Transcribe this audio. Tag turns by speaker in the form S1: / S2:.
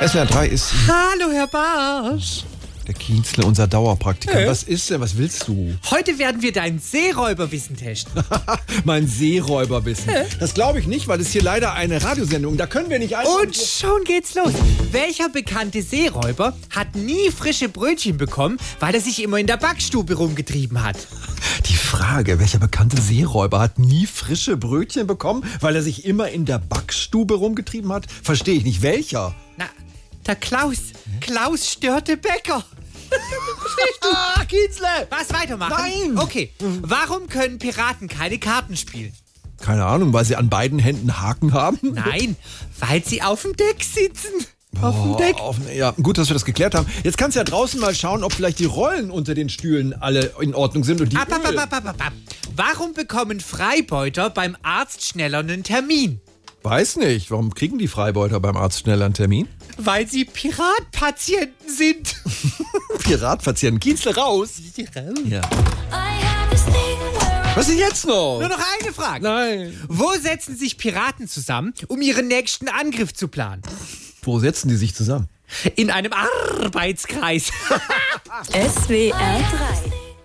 S1: SWR 3 ist
S2: Hallo, Herr Barsch.
S1: der Kienzle, unser Dauerpraktikant. Was ist denn? Was willst du?
S2: Heute werden wir dein Seeräuberwissen testen.
S1: mein Seeräuberbissen. Das glaube ich nicht, weil das hier leider eine Radiosendung. Da können wir nicht einfach.
S2: Und schon geht's los. Welcher bekannte Seeräuber hat nie frische Brötchen bekommen, weil er sich immer in der Backstube rumgetrieben hat?
S1: die Frage, welcher bekannte Seeräuber hat nie frische Brötchen bekommen, weil er sich immer in der Backstube rumgetrieben hat? Verstehe ich nicht. Welcher?
S2: Na, der Klaus. Klaus störte Bäcker. Verstehst du?
S1: Ah, Kienzle!
S2: Was weitermachen?
S1: Nein.
S2: Okay. Warum können Piraten keine Karten spielen?
S1: Keine Ahnung, weil sie an beiden Händen Haken haben.
S2: Nein, weil sie auf dem Deck sitzen. auf dem
S1: Oh,
S2: Deck.
S1: auf- ja, gut, dass wir das geklärt haben. Jetzt kannst du ja draußen mal schauen, ob vielleicht die Rollen unter den Stühlen alle in Ordnung sind und die
S2: Ab, ab,
S1: Öl.
S2: ab, ab, ab, ab, ab. Warum bekommen Freibeuter beim Arzt schneller einen Termin?
S1: Weiß nicht, warum kriegen die Freibeuter beim Arzt schneller einen Termin?
S2: Weil sie Piratpatienten sind.
S1: Pirat verzieren. Kienzle raus. Ja. Was ist jetzt noch?
S2: Nur noch eine Frage.
S1: Nein.
S2: Wo setzen sich Piraten zusammen, um ihren nächsten Angriff zu planen?
S1: Wo setzen die sich zusammen?
S2: In einem Arbeitskreis.
S3: SWR 3.